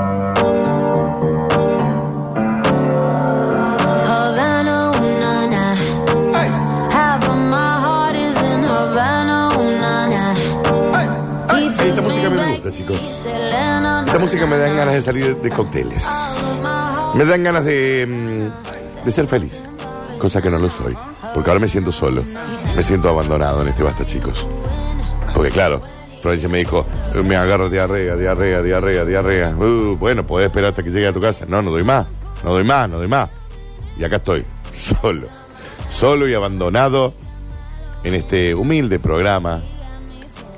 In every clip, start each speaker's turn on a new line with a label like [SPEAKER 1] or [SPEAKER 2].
[SPEAKER 1] oh, oh,
[SPEAKER 2] música me gusta, chicos. Esta música me dan ganas de salir de, de cócteles. Me dan ganas de, mm, de ser feliz. Cosa que no lo soy. Porque ahora me siento solo. Me siento abandonado en este basta, chicos. Porque claro, Florencia me dijo, "Eh, me agarro diarrea, diarrea, diarrea, diarrea. Uh, bueno, podés esperar hasta que llegue a tu casa. No, no doy más. No doy más, no doy más. Y acá estoy, solo. Solo y abandonado en este humilde programa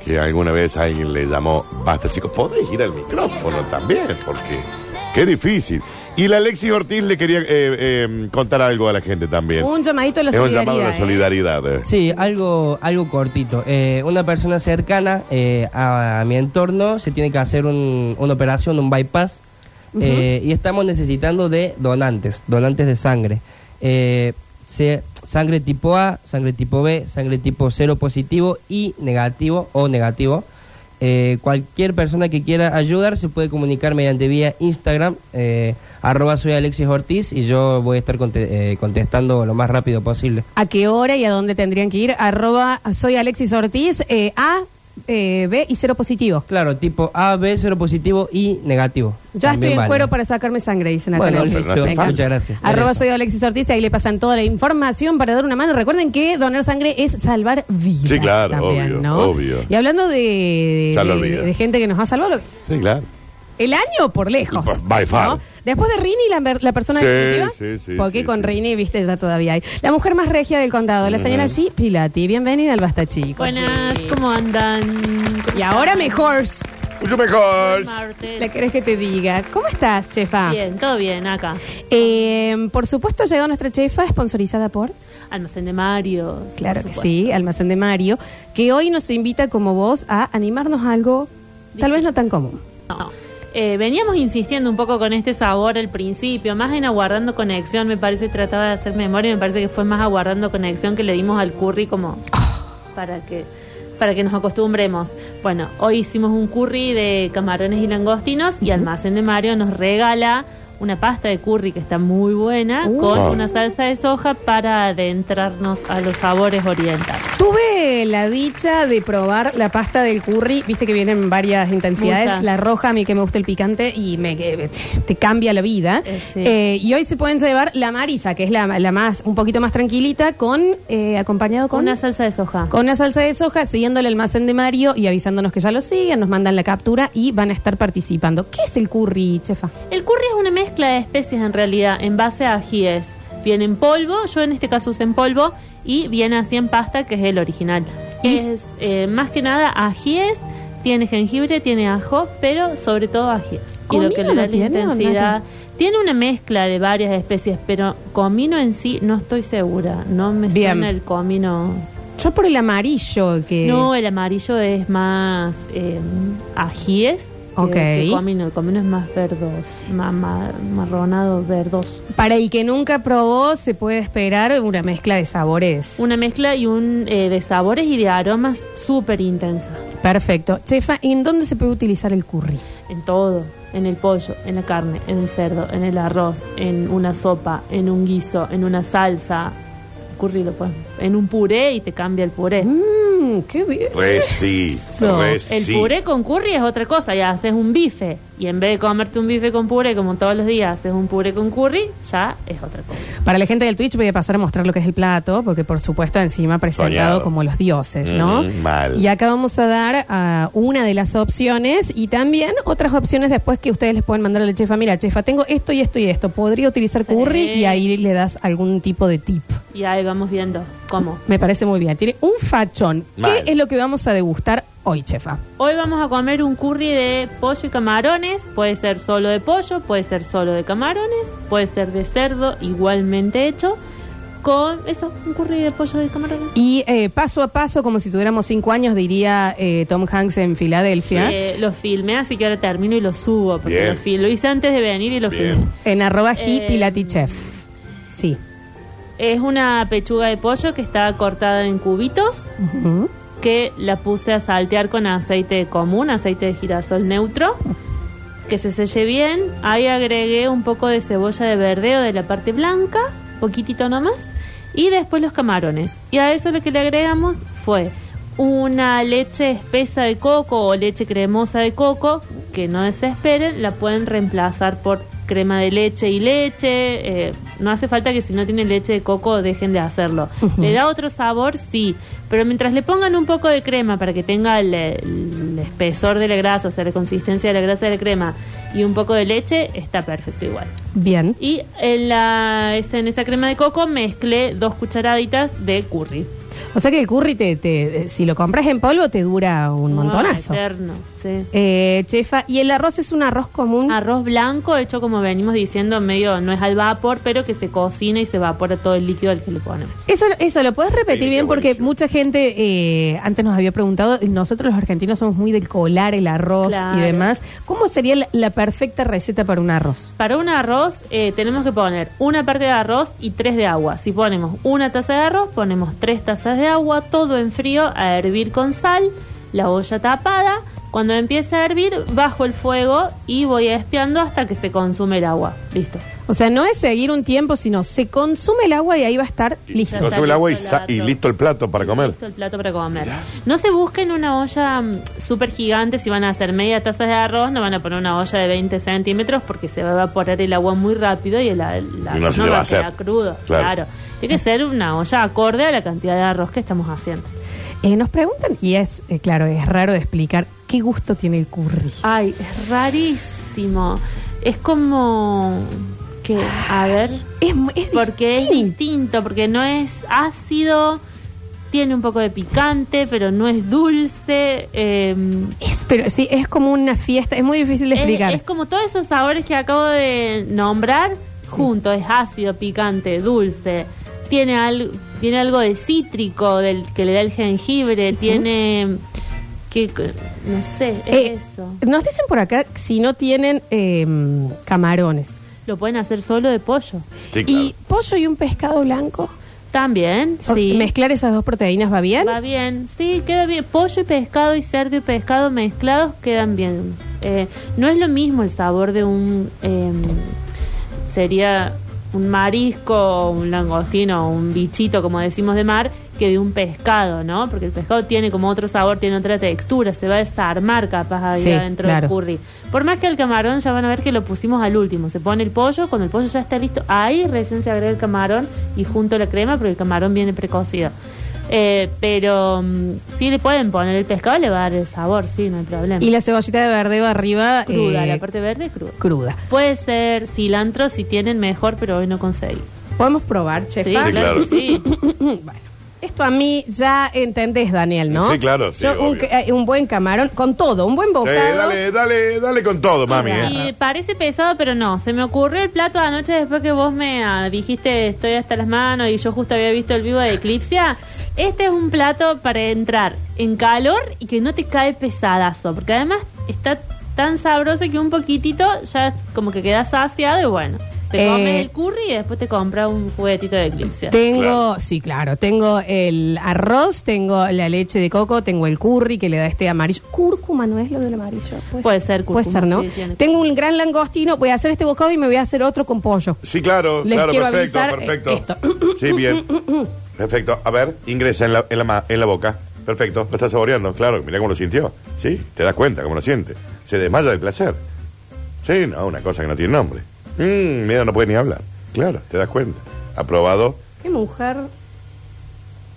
[SPEAKER 2] que alguna vez alguien le llamó Basta, chicos, podéis ir al micrófono también, porque qué difícil. Y la Alexis Ortiz le quería eh, eh, contar algo a la gente también.
[SPEAKER 1] Un llamadito a la
[SPEAKER 2] es un Eh, llamado a la
[SPEAKER 1] solidaridad. ¿eh?
[SPEAKER 2] solidaridad. eh.
[SPEAKER 3] Sí, algo, algo cortito. Eh, una persona cercana eh, a, a mi entorno se tiene que hacer un- una operación, un bypass, eh, y estamos necesitando de donantes, donantes de sangre. Eh, se- sangre tipo A, sangre tipo B, sangre tipo 0 positivo y negativo o negativo. Eh, cualquier persona que quiera ayudar se puede comunicar mediante vía Instagram, eh, arroba soy Alexis Ortiz y yo voy a estar conte- eh, contestando lo más rápido posible.
[SPEAKER 1] ¿A qué hora y a dónde tendrían que ir? Arroba, soy Alexis Ortiz, eh, A, eh, B y cero positivo.
[SPEAKER 3] Claro, tipo A, B, cero positivo y negativo.
[SPEAKER 1] Ya
[SPEAKER 3] También
[SPEAKER 1] estoy en
[SPEAKER 3] vale.
[SPEAKER 1] cuero para sacarme sangre, dicen acá. en
[SPEAKER 3] Bueno,
[SPEAKER 1] el-
[SPEAKER 2] Pero no
[SPEAKER 3] listo.
[SPEAKER 2] hace falta.
[SPEAKER 3] Muchas gracias.
[SPEAKER 1] Arroba
[SPEAKER 3] Eso.
[SPEAKER 1] soy Alexis Ortiz, y ahí le pasan toda la información para dar una mano. Recuerden que donar sangre es salvar vidas.
[SPEAKER 2] Sí, claro,
[SPEAKER 1] también,
[SPEAKER 2] obvio,
[SPEAKER 1] ¿no?
[SPEAKER 2] obvio.
[SPEAKER 1] Y hablando de,
[SPEAKER 2] Salvar
[SPEAKER 1] de-
[SPEAKER 2] vidas.
[SPEAKER 1] de gente que nos ha salvado,
[SPEAKER 2] Sí, claro.
[SPEAKER 1] el año por lejos.
[SPEAKER 2] By far.
[SPEAKER 1] Después de Rini, la, ver- la persona
[SPEAKER 2] Sí,
[SPEAKER 1] definitiva.
[SPEAKER 2] sí, sí,
[SPEAKER 1] porque
[SPEAKER 2] sí,
[SPEAKER 1] con
[SPEAKER 2] sí.
[SPEAKER 1] Rini, viste, ya todavía hay. La mujer más regia del condado, la señora
[SPEAKER 2] Ujú.
[SPEAKER 1] G. Pilati. Bienvenida al Basta Chicos.
[SPEAKER 4] Buenas, ¿cómo andan? ¿Cómo
[SPEAKER 1] Y ahora
[SPEAKER 4] están?
[SPEAKER 1] mejor.
[SPEAKER 2] Mucho mejor.
[SPEAKER 4] Buen martes.
[SPEAKER 1] La querés que te diga. ¿Cómo estás, chefa?
[SPEAKER 4] Bien, todo bien acá.
[SPEAKER 1] Eh, por supuesto, llegó nuestra chefa, sponsorizada por.
[SPEAKER 4] Almacén de Marios.
[SPEAKER 1] Claro
[SPEAKER 4] por
[SPEAKER 1] que
[SPEAKER 4] supuesto.
[SPEAKER 1] sí, Almacén de Mario, que hoy nos invita como vos a animarnos a algo tal vez no tan común.
[SPEAKER 4] No. Eh, veníamos insistiendo un poco con este sabor al principio, más en aguardando conexión, me parece, trataba de hacer memoria, me parece que fue más aguardando conexión que le dimos al curry como para que para que nos acostumbremos. Bueno, hoy hicimos un curry de camarones y langostinos y Almacén de Mario nos regala una pasta de curry que está muy buena
[SPEAKER 1] Uh.
[SPEAKER 4] con
[SPEAKER 2] Wow.
[SPEAKER 4] una salsa de soja para adentrarnos a los sabores orientales.
[SPEAKER 1] Tuve la dicha de probar la pasta del curry, viste que vienen varias intensidades,
[SPEAKER 4] Muchas.
[SPEAKER 1] la roja a mí que me gusta el picante y me que- te cambia la vida.
[SPEAKER 4] Eh, sí.
[SPEAKER 1] Eh, y hoy se pueden llevar la amarilla, que es la, la más un poquito más tranquilita, con eh, acompañado
[SPEAKER 4] Con
[SPEAKER 1] con
[SPEAKER 4] una salsa de soja.
[SPEAKER 1] Con una salsa de soja, siguiendo el almacén de Mario y avisándonos que ya lo siguen, nos mandan la captura y van a estar participando. ¿Qué es el curry, chefa?
[SPEAKER 4] El curry es una mezcla de especies en realidad, en base a ajíes. Viene en polvo, yo en este caso usé en polvo, y viene así en pasta, que es el original.
[SPEAKER 1] Y-
[SPEAKER 4] Es eh, más que nada ajíes, tiene jengibre, tiene ajo, pero sobre todo ajíes. Y lo
[SPEAKER 1] ¿Comino
[SPEAKER 4] que le da
[SPEAKER 1] no
[SPEAKER 4] la
[SPEAKER 1] tiene o nada?
[SPEAKER 4] intensidad. Tiene una mezcla de varias especies, pero comino en sí no estoy segura. No me
[SPEAKER 1] Bien.
[SPEAKER 4] suena el comino.
[SPEAKER 1] Yo por el amarillo que...
[SPEAKER 4] No, el amarillo es más eh, ajíes. que-
[SPEAKER 1] Ok.
[SPEAKER 4] que comino, el comino es más verdoso, más, más marronado, verdoso.
[SPEAKER 1] Para el que nunca probó, se puede esperar una mezcla de sabores.
[SPEAKER 4] Una mezcla y un eh, de sabores y de aromas súper intensa.
[SPEAKER 1] Perfecto. Chefa, ¿en dónde se puede utilizar el curry?
[SPEAKER 4] En todo, en el pollo, en la carne, en el cerdo, en el arroz, en una sopa, en un guiso, en una salsa. Curry lo pones en un puré y te cambia el puré.
[SPEAKER 1] Mmm, qué bien.
[SPEAKER 2] Re sí,
[SPEAKER 1] Eso.
[SPEAKER 2] re sí.
[SPEAKER 4] El puré con curry es otra cosa, ya haces un bife. Y en vez de comerte un bife con puré como todos los días, haces un puré con curry, ya es otra cosa.
[SPEAKER 1] Para la gente del Twitch voy a pasar a mostrar lo que es el plato, porque por supuesto encima presentado
[SPEAKER 2] Soñado.
[SPEAKER 1] como los dioses, ¿no?
[SPEAKER 2] Mm, mal.
[SPEAKER 1] Y acá vamos a dar ah, una de las opciones y también otras opciones después que ustedes les pueden mandar a la chefa. Mira, chefa, tengo esto y esto y esto. Podría utilizar
[SPEAKER 4] Sí.
[SPEAKER 1] curry y ahí le das algún tipo de tip.
[SPEAKER 4] Y ahí vamos viendo cómo.
[SPEAKER 1] Me parece muy bien. Tiene un fachón.
[SPEAKER 2] Mal.
[SPEAKER 1] ¿Qué es lo que vamos a degustar hoy, chefa?
[SPEAKER 4] Hoy vamos a comer un curry de pollo y camarones. Puede ser solo de pollo, puede ser solo de camarones, puede ser de cerdo igualmente hecho. Con eso, un curry de pollo y camarones.
[SPEAKER 1] Y eh, paso a paso, como si tuviéramos cinco años, diría eh, Tom Hanks en Filadelfia.
[SPEAKER 4] Eh, lo filmé, así que ahora termino y lo subo. Porque
[SPEAKER 2] Bien.
[SPEAKER 4] lo, fil- lo hice antes de venir y lo
[SPEAKER 2] Bien.
[SPEAKER 4] filmé.
[SPEAKER 1] En arroba G
[SPEAKER 4] Eh,
[SPEAKER 1] Pilati Chef. Sí.
[SPEAKER 4] Es una pechuga de pollo que está cortada en cubitos.
[SPEAKER 1] Ujú.
[SPEAKER 4] que la puse a saltear con aceite común, aceite de girasol neutro, que se selle bien. Ahí agregué un poco de cebolla de verdeo de la parte blanca, poquitito nomás, y después los camarones. Y a eso lo que le agregamos fue una leche espesa de coco o leche cremosa de coco, que no desesperen, la pueden reemplazar por crema de leche y leche. eh, no hace falta que si no tienen leche de coco dejen de hacerlo. ¿Le da otro sabor? Sí. Pero mientras le pongan un poco de crema para que tenga el, el espesor de la grasa, o sea, la consistencia de la grasa de la crema, y un poco de leche, está perfecto igual.
[SPEAKER 1] Bien.
[SPEAKER 4] Y en, la, esta- en esta crema de coco mezclé dos cucharaditas de curry.
[SPEAKER 1] O sea que el curry, te, te- si lo compras en polvo, te dura un montonazo.
[SPEAKER 4] Ah, eterno, sí.
[SPEAKER 1] Eh, chefa, ¿y el arroz es un arroz común?
[SPEAKER 4] Arroz blanco, hecho como venimos diciendo, medio no es al vapor, pero que se cocina y se evapora todo el líquido al que le ponemos.
[SPEAKER 1] Eso, eso, lo puedes repetir
[SPEAKER 2] Sí,
[SPEAKER 1] bien
[SPEAKER 2] qué
[SPEAKER 1] porque
[SPEAKER 2] buenísimo.
[SPEAKER 1] mucha gente eh, antes nos había preguntado, nosotros los argentinos somos muy del colar el arroz
[SPEAKER 4] Claro.
[SPEAKER 1] y demás. ¿Cómo sería la, la perfecta receta para un arroz?
[SPEAKER 4] Para un arroz eh, tenemos que poner una parte de arroz y tres de agua. Si ponemos una taza de arroz, ponemos tres tazas de agua, todo en frío, a hervir con sal, la olla tapada. Cuando empiece a hervir, bajo el fuego y voy espiando hasta que se consume el agua. Listo.
[SPEAKER 1] O sea, no es seguir un tiempo, sino se consume el agua y ahí va a estar
[SPEAKER 2] Se
[SPEAKER 1] listo.
[SPEAKER 4] Claro.
[SPEAKER 2] Consume el agua y,
[SPEAKER 4] listo el
[SPEAKER 2] sa- y
[SPEAKER 4] plato.
[SPEAKER 2] listo el plato para comer.
[SPEAKER 4] Listo el plato para comer. No se busquen una olla súper gigante si van a hacer media taza de arroz, no van a poner una olla de 20 centímetros porque se va a evaporar el agua muy rápido y el, el
[SPEAKER 2] Y
[SPEAKER 4] arroz
[SPEAKER 2] no se
[SPEAKER 4] no
[SPEAKER 2] le va
[SPEAKER 4] va
[SPEAKER 2] a
[SPEAKER 4] a quedar
[SPEAKER 2] hacer.
[SPEAKER 4] crudo.
[SPEAKER 2] Claro.
[SPEAKER 4] Claro. Tiene que ser una olla acorde a la cantidad de arroz que estamos haciendo.
[SPEAKER 1] Eh, nos preguntan, y es, eh, claro, es raro de explicar, ¿qué gusto tiene el curry?
[SPEAKER 4] Ay, es rarísimo. Es como que, a ver,
[SPEAKER 1] Es, mu- es
[SPEAKER 4] porque es
[SPEAKER 1] distinto.
[SPEAKER 4] distinto, porque no es ácido, tiene un poco de picante, pero no es dulce. em,
[SPEAKER 1] Es- pero sí, es como una fiesta, es muy difícil de
[SPEAKER 4] Es-
[SPEAKER 1] explicar.
[SPEAKER 4] Es, como todos esos sabores que acabo de nombrar juntos. Es ácido, picante, dulce. Tiene, al- tiene algo de cítrico del que le da el jengibre. Tiene. Que, no sé, es
[SPEAKER 1] Eh,
[SPEAKER 4] eso.
[SPEAKER 1] Nos dicen por acá si no tienen eh, camarones.
[SPEAKER 4] Lo pueden hacer solo de pollo.
[SPEAKER 2] Sí,
[SPEAKER 1] Y pollo y un pescado blanco.
[SPEAKER 4] También, sí.
[SPEAKER 1] Mezclar esas dos proteínas va bien.
[SPEAKER 4] Va bien, sí, queda bien. Pollo y pescado y cerdo y pescado mezclados quedan bien. Eh, no es lo mismo el sabor de un. eh, sería un marisco, un langostino, un bichito, como decimos de mar, que de un pescado, ¿no? Porque el pescado tiene como otro sabor, tiene otra textura, se va a desarmar capaz ahí
[SPEAKER 1] Sí,
[SPEAKER 4] adentro
[SPEAKER 1] claro.
[SPEAKER 4] del curry. Por más que el camarón, ya van a ver que lo pusimos al último. Se pone el pollo, cuando el pollo ya está listo, ahí recién se agrega el camarón y junto la crema, porque el camarón viene precocido. Eh, pero mm, si le pueden poner el pescado, le va a dar el sabor, sí, no hay problema.
[SPEAKER 1] Y la cebollita de verdeo arriba.
[SPEAKER 4] cruda,
[SPEAKER 1] eh,
[SPEAKER 4] la parte verde es cruda.
[SPEAKER 1] cruda.
[SPEAKER 4] Puede ser cilantro si tienen mejor, pero hoy no conseguí.
[SPEAKER 1] ¿Podemos probar,
[SPEAKER 4] Sí,
[SPEAKER 1] chefa?
[SPEAKER 2] Sí, claro.
[SPEAKER 4] claro. que sí.
[SPEAKER 1] Esto a mí ya entendés, Daniel, ¿no?
[SPEAKER 2] Sí, claro, sí,
[SPEAKER 1] Yo un,
[SPEAKER 2] obvio.
[SPEAKER 1] eh, un buen camarón, con todo, un buen
[SPEAKER 2] Sí,
[SPEAKER 1] bocado.
[SPEAKER 2] dale, dale, dale con todo, mami. eh.
[SPEAKER 4] Y parece pesado, pero no. Se me ocurrió el plato anoche después que vos me ah, dijiste estoy hasta las manos y yo justo había visto el vivo de Eclipsia. Este es un plato para entrar en calor y que no te cae pesadazo, porque además está tan sabroso que un poquitito ya como que quedas saciado y bueno. Te
[SPEAKER 1] Eh,
[SPEAKER 4] comes el curry y después te compras un juguetito de Eclipsia.
[SPEAKER 1] Tengo,
[SPEAKER 2] Claro.
[SPEAKER 1] sí, claro, tengo el arroz, tengo la leche de coco, tengo el curry que le da este amarillo. Cúrcuma no es lo del amarillo.
[SPEAKER 4] Puede ser
[SPEAKER 1] Puede
[SPEAKER 4] cúrcuma,
[SPEAKER 1] ser, ¿no?
[SPEAKER 4] sí, tiene
[SPEAKER 1] tengo un gran langostino, voy a hacer este bocado y me voy a hacer otro con pollo.
[SPEAKER 2] Sí, claro,
[SPEAKER 1] Les
[SPEAKER 2] claro,
[SPEAKER 1] quiero
[SPEAKER 2] perfecto,
[SPEAKER 1] avisar,
[SPEAKER 2] perfecto.
[SPEAKER 1] eh, esto.
[SPEAKER 2] Sí, bien. Perfecto. A ver, ingresa en la, en la, ma- en la boca. Perfecto, lo está saboreando, claro, mira cómo lo sintió. Sí, te das cuenta cómo lo siente. Se desmaya del placer. Sí, no, una cosa que no tiene nombre. Mm, mira, no puede ni hablar. Claro, te das cuenta. Aprobado.
[SPEAKER 1] Qué mujer.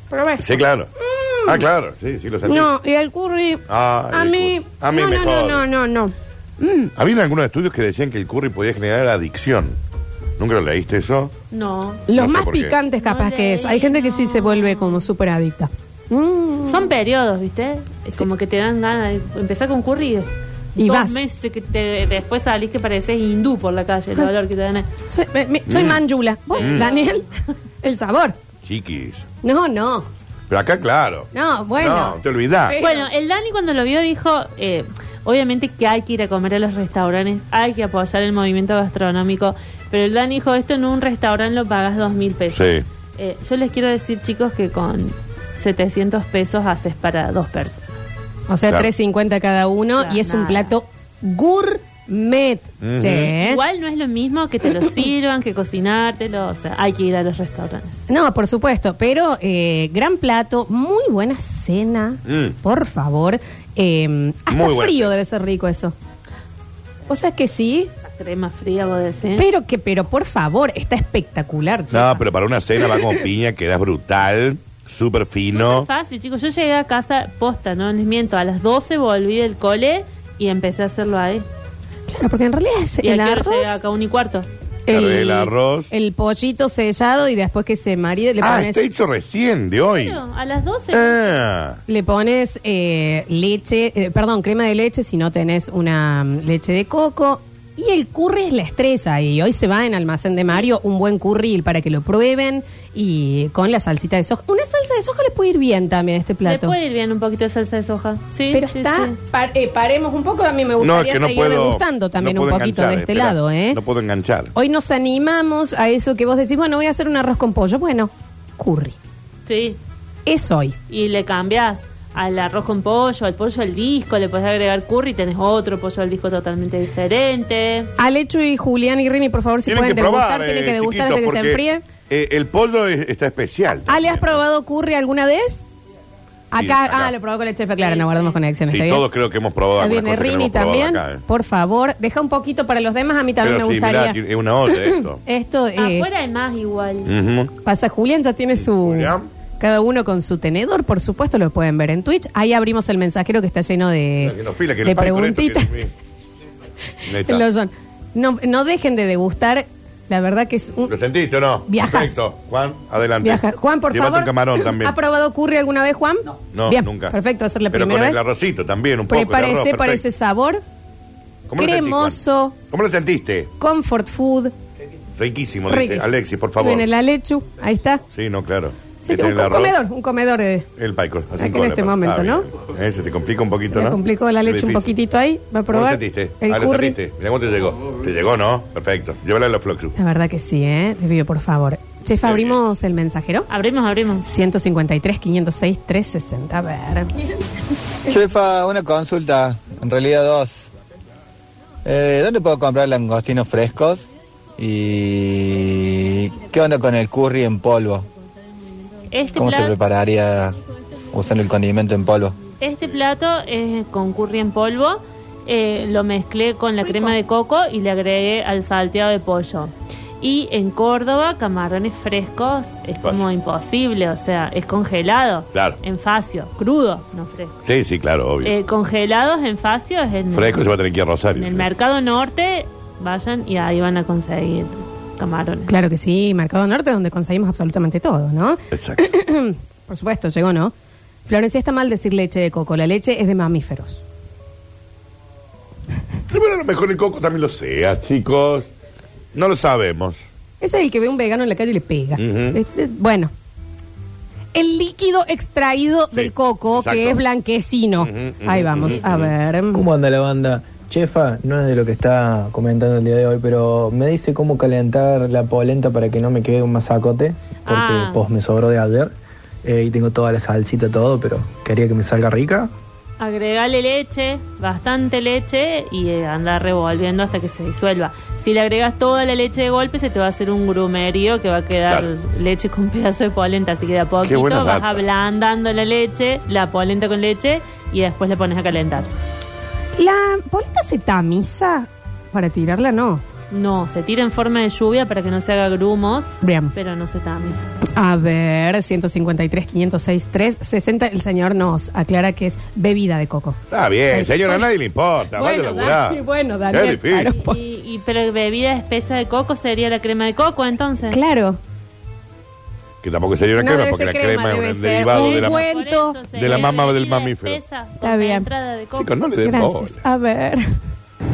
[SPEAKER 1] Probé.
[SPEAKER 2] Sí, claro. Ah, claro, sí, sí, lo sentí.
[SPEAKER 1] No, y el curry.
[SPEAKER 2] Ah,
[SPEAKER 1] a
[SPEAKER 2] el
[SPEAKER 1] mí.
[SPEAKER 2] curry. A mí
[SPEAKER 1] no,
[SPEAKER 2] me
[SPEAKER 1] no,
[SPEAKER 2] jode.
[SPEAKER 1] no, no, no, no.
[SPEAKER 2] Había algunos estudios que decían que el curry podía generar adicción. ¿Nunca lo leíste eso?
[SPEAKER 4] No.
[SPEAKER 1] Los
[SPEAKER 2] No sé
[SPEAKER 1] más
[SPEAKER 2] por qué.
[SPEAKER 1] picantes capaz
[SPEAKER 4] No
[SPEAKER 1] que es. Hay
[SPEAKER 4] leí,
[SPEAKER 1] gente que sí
[SPEAKER 4] no.
[SPEAKER 1] se vuelve como súper adicta.
[SPEAKER 4] Son periodos, ¿viste? Como que te dan ganas de empezar con curry
[SPEAKER 1] Y
[SPEAKER 4] dos
[SPEAKER 1] vas.
[SPEAKER 4] meses que te- después salís que pareces hindú por la calle, el valor que te dan.
[SPEAKER 1] Soy, me- me-
[SPEAKER 2] Mm.
[SPEAKER 1] soy manjula. ¿Vos, Daniel? el sabor.
[SPEAKER 2] Chiquis.
[SPEAKER 1] No, no.
[SPEAKER 2] Pero acá, claro.
[SPEAKER 1] No, bueno.
[SPEAKER 2] No, te olvidás.
[SPEAKER 1] Pero-
[SPEAKER 4] Bueno, el Dani cuando lo vio dijo, eh, obviamente que hay que ir a comer a los restaurantes, hay que apoyar el movimiento gastronómico, pero el Dani dijo, esto en un restaurante lo pagas dos mil pesos.
[SPEAKER 2] Sí.
[SPEAKER 4] Eh, yo les quiero decir, chicos, que con 700 pesos haces para dos personas.
[SPEAKER 1] O sea,
[SPEAKER 2] Claro.
[SPEAKER 1] 3.50 cada uno
[SPEAKER 4] Claro,
[SPEAKER 1] y es un
[SPEAKER 4] nada.
[SPEAKER 1] plato gourmet. Met.
[SPEAKER 2] Ujú.
[SPEAKER 1] Jet.
[SPEAKER 4] Igual no es lo mismo que te lo sirvan, que cocinártelo. O sea, hay que ir a los restaurantes.
[SPEAKER 1] No, por supuesto, pero eh, gran plato, muy buena cena,
[SPEAKER 2] Mm.
[SPEAKER 1] por favor. Eh, hasta
[SPEAKER 2] Muy buena
[SPEAKER 1] frío
[SPEAKER 2] cena.
[SPEAKER 1] debe ser rico eso. O sea que sí,
[SPEAKER 4] La crema fría, vos decís.
[SPEAKER 1] pero que, pero por favor, está espectacular.
[SPEAKER 2] No,
[SPEAKER 1] chica.
[SPEAKER 2] pero para una cena va con piña, quedas brutal, súper fino.
[SPEAKER 4] Es fácil, chicos. Yo llegué a casa posta, no les miento. A las 12 volví del cole y empecé a hacerlo ahí.
[SPEAKER 1] Claro, porque en realidad es
[SPEAKER 4] ¿Y
[SPEAKER 1] el
[SPEAKER 4] a qué hora llegué
[SPEAKER 1] arroz.
[SPEAKER 4] acá? Un y cuarto.
[SPEAKER 2] Claro, el arroz.
[SPEAKER 1] El pollito sellado y después que se maride le
[SPEAKER 2] Ah,
[SPEAKER 1] pones,
[SPEAKER 2] está hecho recién, de hoy.
[SPEAKER 4] Claro, a las 12.
[SPEAKER 5] Eh.
[SPEAKER 2] Ah,
[SPEAKER 1] le pones eh, leche, eh, perdón, crema de leche si no tenés una mm, leche de coco. Y el curry es la estrella y hoy se va en Almacén de Mario un buen curry para que lo prueben y con la salsita de soja. Una salsa de soja le puede ir bien también a este
[SPEAKER 4] Le
[SPEAKER 1] plato.
[SPEAKER 4] puede ir bien un poquito de salsa de soja. Sí,
[SPEAKER 1] Pero
[SPEAKER 4] sí,
[SPEAKER 1] está,
[SPEAKER 4] sí.
[SPEAKER 1] par- eh, paremos un poco, a mí me
[SPEAKER 2] No,
[SPEAKER 1] gustaría
[SPEAKER 2] es que no
[SPEAKER 1] seguir
[SPEAKER 2] puedo.
[SPEAKER 1] degustando también
[SPEAKER 2] no
[SPEAKER 1] un
[SPEAKER 2] puedo
[SPEAKER 1] poquito de
[SPEAKER 2] enganchar,
[SPEAKER 1] este
[SPEAKER 2] espera,
[SPEAKER 1] lado, ¿eh?
[SPEAKER 2] No puedo enganchar.
[SPEAKER 1] Hoy nos animamos a eso que vos decís, bueno, voy a hacer un arroz con pollo. Bueno, curry.
[SPEAKER 4] Sí.
[SPEAKER 1] Es hoy.
[SPEAKER 4] Y le cambias al arroz con pollo, al pollo al disco, le podés agregar curry, tenés otro pollo al disco totalmente diferente.
[SPEAKER 1] Alecho y Julián y Rini, por favor, si
[SPEAKER 2] tienen
[SPEAKER 1] pueden
[SPEAKER 2] que
[SPEAKER 1] degustar,
[SPEAKER 2] probar,
[SPEAKER 1] tienen
[SPEAKER 2] eh,
[SPEAKER 1] que degustar
[SPEAKER 2] chiquitos,
[SPEAKER 1] hasta que se
[SPEAKER 2] porque,
[SPEAKER 1] enfríe.
[SPEAKER 2] eh, el pollo es- está especial.
[SPEAKER 1] Ale, ¿has
[SPEAKER 2] también.
[SPEAKER 1] probado curry alguna vez? Acá,
[SPEAKER 2] acá.
[SPEAKER 1] ah, lo probó con el chef, claro,
[SPEAKER 4] Sí,
[SPEAKER 1] no guardamos
[SPEAKER 4] sí.
[SPEAKER 1] conexiones.
[SPEAKER 2] Sí,
[SPEAKER 1] ¿está
[SPEAKER 2] todos
[SPEAKER 1] bien?
[SPEAKER 2] creo que hemos probado
[SPEAKER 1] Está
[SPEAKER 2] algunas
[SPEAKER 1] bien, eh,
[SPEAKER 2] cosas que no
[SPEAKER 1] Rini
[SPEAKER 2] hemos probado
[SPEAKER 1] también.
[SPEAKER 2] acá, eh.
[SPEAKER 1] Por favor, deja un poquito para los demás, a mí también
[SPEAKER 2] Pero
[SPEAKER 1] me
[SPEAKER 2] sí,
[SPEAKER 1] gustaría.
[SPEAKER 2] mirá, tiene- es una olla esto.
[SPEAKER 1] Esto eh,
[SPEAKER 4] Afuera hay más igual.
[SPEAKER 2] Ujú.
[SPEAKER 1] pasa, Julián ya tiene su...
[SPEAKER 2] Julián.
[SPEAKER 1] Cada uno con su tenedor, por supuesto, lo pueden ver en Twitch. Ahí abrimos el mensajero que está lleno de,
[SPEAKER 2] Mira, que nos fila, que
[SPEAKER 1] de
[SPEAKER 2] nos pare con esto,
[SPEAKER 1] preguntitas.
[SPEAKER 2] que- Ahí está.
[SPEAKER 1] El hoyón. No, no dejen de degustar, la verdad que es un
[SPEAKER 2] ¿Lo sentiste o no?
[SPEAKER 1] Viajas.
[SPEAKER 2] Perfecto. Juan, adelante.
[SPEAKER 1] viajar. Juan, por
[SPEAKER 2] Llévate
[SPEAKER 1] favor.
[SPEAKER 2] un camarón también.
[SPEAKER 1] ¿Ha probado curry alguna vez, Juan? No,
[SPEAKER 2] No,
[SPEAKER 1] Bien,
[SPEAKER 2] nunca.
[SPEAKER 1] Perfecto, va a ser la
[SPEAKER 2] Pero
[SPEAKER 1] primera
[SPEAKER 2] con el
[SPEAKER 1] vez.
[SPEAKER 2] arrocito también, un poco. de
[SPEAKER 1] Prepárese
[SPEAKER 2] arroz,
[SPEAKER 1] para
[SPEAKER 2] perfecto.
[SPEAKER 1] ese sabor.
[SPEAKER 2] ¿Cómo lo sentís, Juan?
[SPEAKER 1] cremoso.
[SPEAKER 2] ¿Cómo lo sentiste?
[SPEAKER 1] Comfort food.
[SPEAKER 2] Riquísimo, dice
[SPEAKER 1] Riquísimo.
[SPEAKER 2] Alexis, por favor.
[SPEAKER 1] En el alechu, ahí está.
[SPEAKER 2] Sí, no, claro.
[SPEAKER 1] Sí,
[SPEAKER 2] Que tenga
[SPEAKER 1] un,
[SPEAKER 2] el
[SPEAKER 1] un
[SPEAKER 2] arroz,
[SPEAKER 1] comedor, un comedor. eh.
[SPEAKER 2] El paico.
[SPEAKER 1] Aquí en este momento,
[SPEAKER 2] Ah, Eh, se te complica un poquito,
[SPEAKER 1] Se le
[SPEAKER 2] ¿no?
[SPEAKER 1] complicó la leche un
[SPEAKER 2] Difícil.
[SPEAKER 1] poquitito ahí. Va a
[SPEAKER 2] ¿Cómo lo
[SPEAKER 1] probar.
[SPEAKER 2] sentiste?
[SPEAKER 1] El
[SPEAKER 2] Ah, lo
[SPEAKER 1] curry.
[SPEAKER 2] sentiste. Mirá cómo te llegó. Te llegó, ¿no? Perfecto. Llévala a los Floxu.
[SPEAKER 1] La verdad que sí, ¿eh? Te pido, por favor. Chef, abrimos el mensajero.
[SPEAKER 4] Abrimos, abrimos.
[SPEAKER 1] 153, 506, 360. A ver.
[SPEAKER 5] Chefa, una consulta, en realidad dos. Eh, ¿Dónde puedo comprar langostinos frescos? ¿Y qué onda con el curry en polvo?
[SPEAKER 4] Este
[SPEAKER 5] ¿Cómo se
[SPEAKER 4] plato,
[SPEAKER 5] prepararía usando el condimento en polvo?
[SPEAKER 4] este plato es con curry en polvo. Eh, lo mezclé con la crema de coco y le agregué al salteado de pollo. Y en Córdoba, camarones frescos es
[SPEAKER 2] Fácil.
[SPEAKER 4] como imposible, o sea, es congelado.
[SPEAKER 2] Claro.
[SPEAKER 4] En facio, crudo, no fresco.
[SPEAKER 2] Sí, sí, claro, obvio.
[SPEAKER 4] Eh, congelados en facio es en,
[SPEAKER 2] Fresco se va a tener que ir a Rosario.
[SPEAKER 4] en el
[SPEAKER 2] Sí.
[SPEAKER 4] mercado norte, vayan y ahí van a conseguir camarones.
[SPEAKER 1] Claro que sí, Mercado Norte, donde conseguimos absolutamente todo, ¿no?
[SPEAKER 2] Exacto.
[SPEAKER 1] Por supuesto, llegó, ¿no? Florencia, está mal decir leche de coco. La leche es de mamíferos.
[SPEAKER 2] Y bueno, a lo mejor el coco también lo sea, chicos. No lo sabemos.
[SPEAKER 1] Ese es el que ve un vegano en la calle y le pega.
[SPEAKER 2] Ujú.
[SPEAKER 1] Es- es- bueno. El líquido extraído
[SPEAKER 2] Sí,
[SPEAKER 1] del coco,
[SPEAKER 2] exacto.
[SPEAKER 1] que es blanquecino.
[SPEAKER 2] Ujú, ujú,
[SPEAKER 1] Ahí vamos,
[SPEAKER 2] ujú,
[SPEAKER 1] a
[SPEAKER 2] ujú.
[SPEAKER 1] ver.
[SPEAKER 6] ¿Cómo anda la banda? Chefa, no es de lo que está comentando el día de hoy, pero me dice cómo calentar la polenta para que no me quede un masacote, porque
[SPEAKER 4] Ah.
[SPEAKER 6] pues me sobró de ayer eh, y tengo toda la salsita, todo, pero quería que me salga rica.
[SPEAKER 4] Agregale leche, bastante leche y eh, anda revolviendo hasta que se disuelva. Si le agregas toda la leche de golpe, se te va a hacer un grumerío que va a quedar
[SPEAKER 2] Claro.
[SPEAKER 4] leche con pedazo de polenta. Así que de a poquito
[SPEAKER 2] buena
[SPEAKER 4] vas
[SPEAKER 2] data.
[SPEAKER 4] ablandando la leche, la polenta con leche y después le pones a calentar.
[SPEAKER 1] La polenta se tamiza para tirarla, no.
[SPEAKER 4] No, se tira en forma de lluvia para que no se haga grumos,
[SPEAKER 1] Bien.
[SPEAKER 4] pero no se tamiza.
[SPEAKER 1] A ver, 153, 506, 360. El señor nos aclara que es bebida de coco.
[SPEAKER 2] Está bien, señor, a nadie le importa. vaya a laburar.
[SPEAKER 1] Dani, bueno,
[SPEAKER 2] Es
[SPEAKER 1] Daniel,
[SPEAKER 2] difícil.
[SPEAKER 1] claro.
[SPEAKER 4] Y, y- pero bebida espesa de coco sería la crema de coco, entonces.
[SPEAKER 1] Claro.
[SPEAKER 2] Que tampoco sería una
[SPEAKER 1] No
[SPEAKER 2] crema,
[SPEAKER 1] debe
[SPEAKER 2] porque
[SPEAKER 1] ser
[SPEAKER 2] la
[SPEAKER 1] crema,
[SPEAKER 2] crema
[SPEAKER 1] debe
[SPEAKER 2] es un
[SPEAKER 1] ser
[SPEAKER 2] derivado
[SPEAKER 1] un
[SPEAKER 2] de la
[SPEAKER 1] buen-
[SPEAKER 4] Por eso
[SPEAKER 1] cuento
[SPEAKER 4] se
[SPEAKER 2] de la
[SPEAKER 4] llama
[SPEAKER 2] mama del
[SPEAKER 4] bebida
[SPEAKER 2] mamífero.
[SPEAKER 4] espesa,
[SPEAKER 1] Está bien.
[SPEAKER 4] concentrada de coco.
[SPEAKER 2] Chicos, no le den bola.
[SPEAKER 1] Gracias. A ver.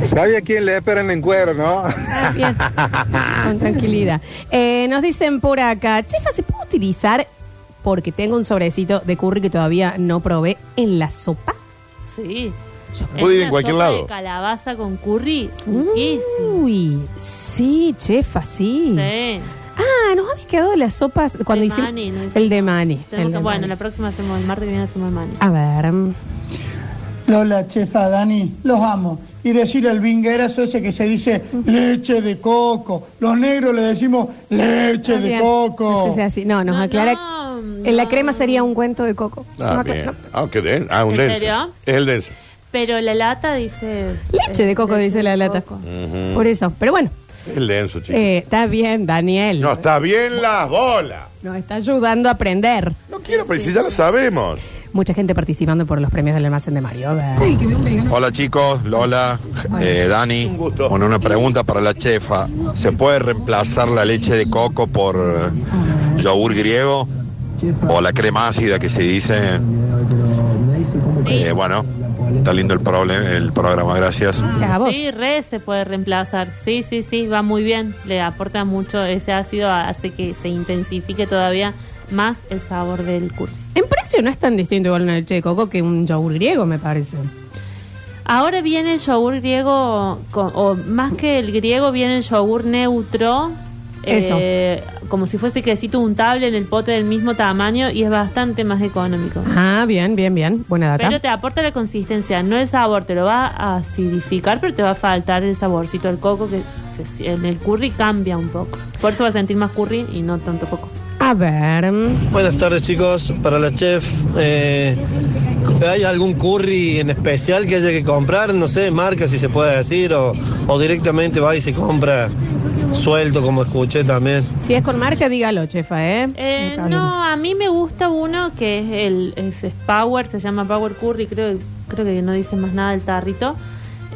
[SPEAKER 7] Sabía quién le esperan en cuero, ¿no?
[SPEAKER 1] Está Ah, bien. Con tranquilidad. Eh, nos dicen por acá, chefa, ¿se puede utilizar? Porque tengo un sobrecito de curry que todavía no probé en la sopa.
[SPEAKER 4] Sí.
[SPEAKER 2] Puede ir en
[SPEAKER 4] una
[SPEAKER 2] cualquier
[SPEAKER 4] sopa
[SPEAKER 2] lado.
[SPEAKER 4] de calabaza con curry.
[SPEAKER 1] Uh.
[SPEAKER 4] riquísimo.
[SPEAKER 1] Uy, sí, chefa, sí.
[SPEAKER 4] Sí.
[SPEAKER 1] Ah, nos habéis quedado las sopas cuando
[SPEAKER 4] De
[SPEAKER 1] hicimos
[SPEAKER 4] maní, ¿no?
[SPEAKER 1] el de mani.
[SPEAKER 4] Tenemos que- bueno, la próxima hacemos el martes que viene hacemos el mani.
[SPEAKER 1] A ver.
[SPEAKER 8] Lola, chefa, Dani, los amo. y decir al vinguerazo ese que se dice leche de coco. Los negros le decimos leche de
[SPEAKER 1] Bien.
[SPEAKER 8] coco.
[SPEAKER 1] No sé si es así. No, nos
[SPEAKER 4] No,
[SPEAKER 1] aclara.
[SPEAKER 4] no,
[SPEAKER 1] En la
[SPEAKER 4] no.
[SPEAKER 1] crema sería un cuento de coco.
[SPEAKER 2] Ah,
[SPEAKER 1] Nos aclara-
[SPEAKER 2] bien.
[SPEAKER 1] no.
[SPEAKER 2] Ah, qué denso. Ah, un
[SPEAKER 4] ¿En
[SPEAKER 2] denso.
[SPEAKER 4] serio?
[SPEAKER 2] Es el denso.
[SPEAKER 4] Pero la lata dice.
[SPEAKER 1] Leche de coco,
[SPEAKER 4] eh,
[SPEAKER 1] dice
[SPEAKER 4] de
[SPEAKER 1] la lata.
[SPEAKER 4] coco.
[SPEAKER 2] Ujú.
[SPEAKER 1] Por eso. Pero bueno,
[SPEAKER 2] Es el denso, chicos.
[SPEAKER 1] eh, está bien, Daniel.
[SPEAKER 2] No, está bien las bolas.
[SPEAKER 1] Nos está ayudando a aprender.
[SPEAKER 2] No quiero, pero si ya lo sabemos.
[SPEAKER 1] Mucha gente participando por los premios del almacén de Mario. A ver.
[SPEAKER 9] Hola chicos, Lola, eh, Dani.
[SPEAKER 2] Un gusto.
[SPEAKER 9] Bueno, una pregunta para la chefa. ¿Se puede reemplazar la leche de coco por eh, yogur griego? O la crema ácida que se dice. Eh, bueno, está lindo el, problem- el programa, gracias.
[SPEAKER 1] Gracias a vos.
[SPEAKER 4] Sí, re se puede reemplazar. Sí, sí, sí, va muy bien. Le aporta mucho ese ácido, hace que se intensifique todavía más el sabor del curry.
[SPEAKER 1] En precio no es tan distinto igual una leche de coco que un yogur griego, me parece.
[SPEAKER 4] Ahora viene el yogur griego, con- o más que el griego, viene el yogur neutro.
[SPEAKER 1] Eso.
[SPEAKER 4] eh, como si fuese quesito untable en el pote del mismo tamaño y es bastante más económico.
[SPEAKER 1] Ah, bien, bien, bien. Buena data.
[SPEAKER 4] Pero te aporta la consistencia, no el sabor, te lo va a acidificar, pero te va a faltar el saborcito al coco que se- en el curry cambia un poco. Por eso va a sentir más curry y no tanto coco.
[SPEAKER 1] A ver. mm,
[SPEAKER 10] Buenas tardes chicos, para la chef, eh, ¿hay algún curry en especial que haya que comprar? No sé, marca si se puede decir o, o directamente va y se compra suelto como escuché también.
[SPEAKER 1] Si es con marca, dígalo, chefa, ¿eh?
[SPEAKER 4] Eh,
[SPEAKER 1] Está bien.
[SPEAKER 4] no, a mí me gusta uno que es el es- es Power, se llama Power Curry, creo, creo que no dice más nada el tarrito,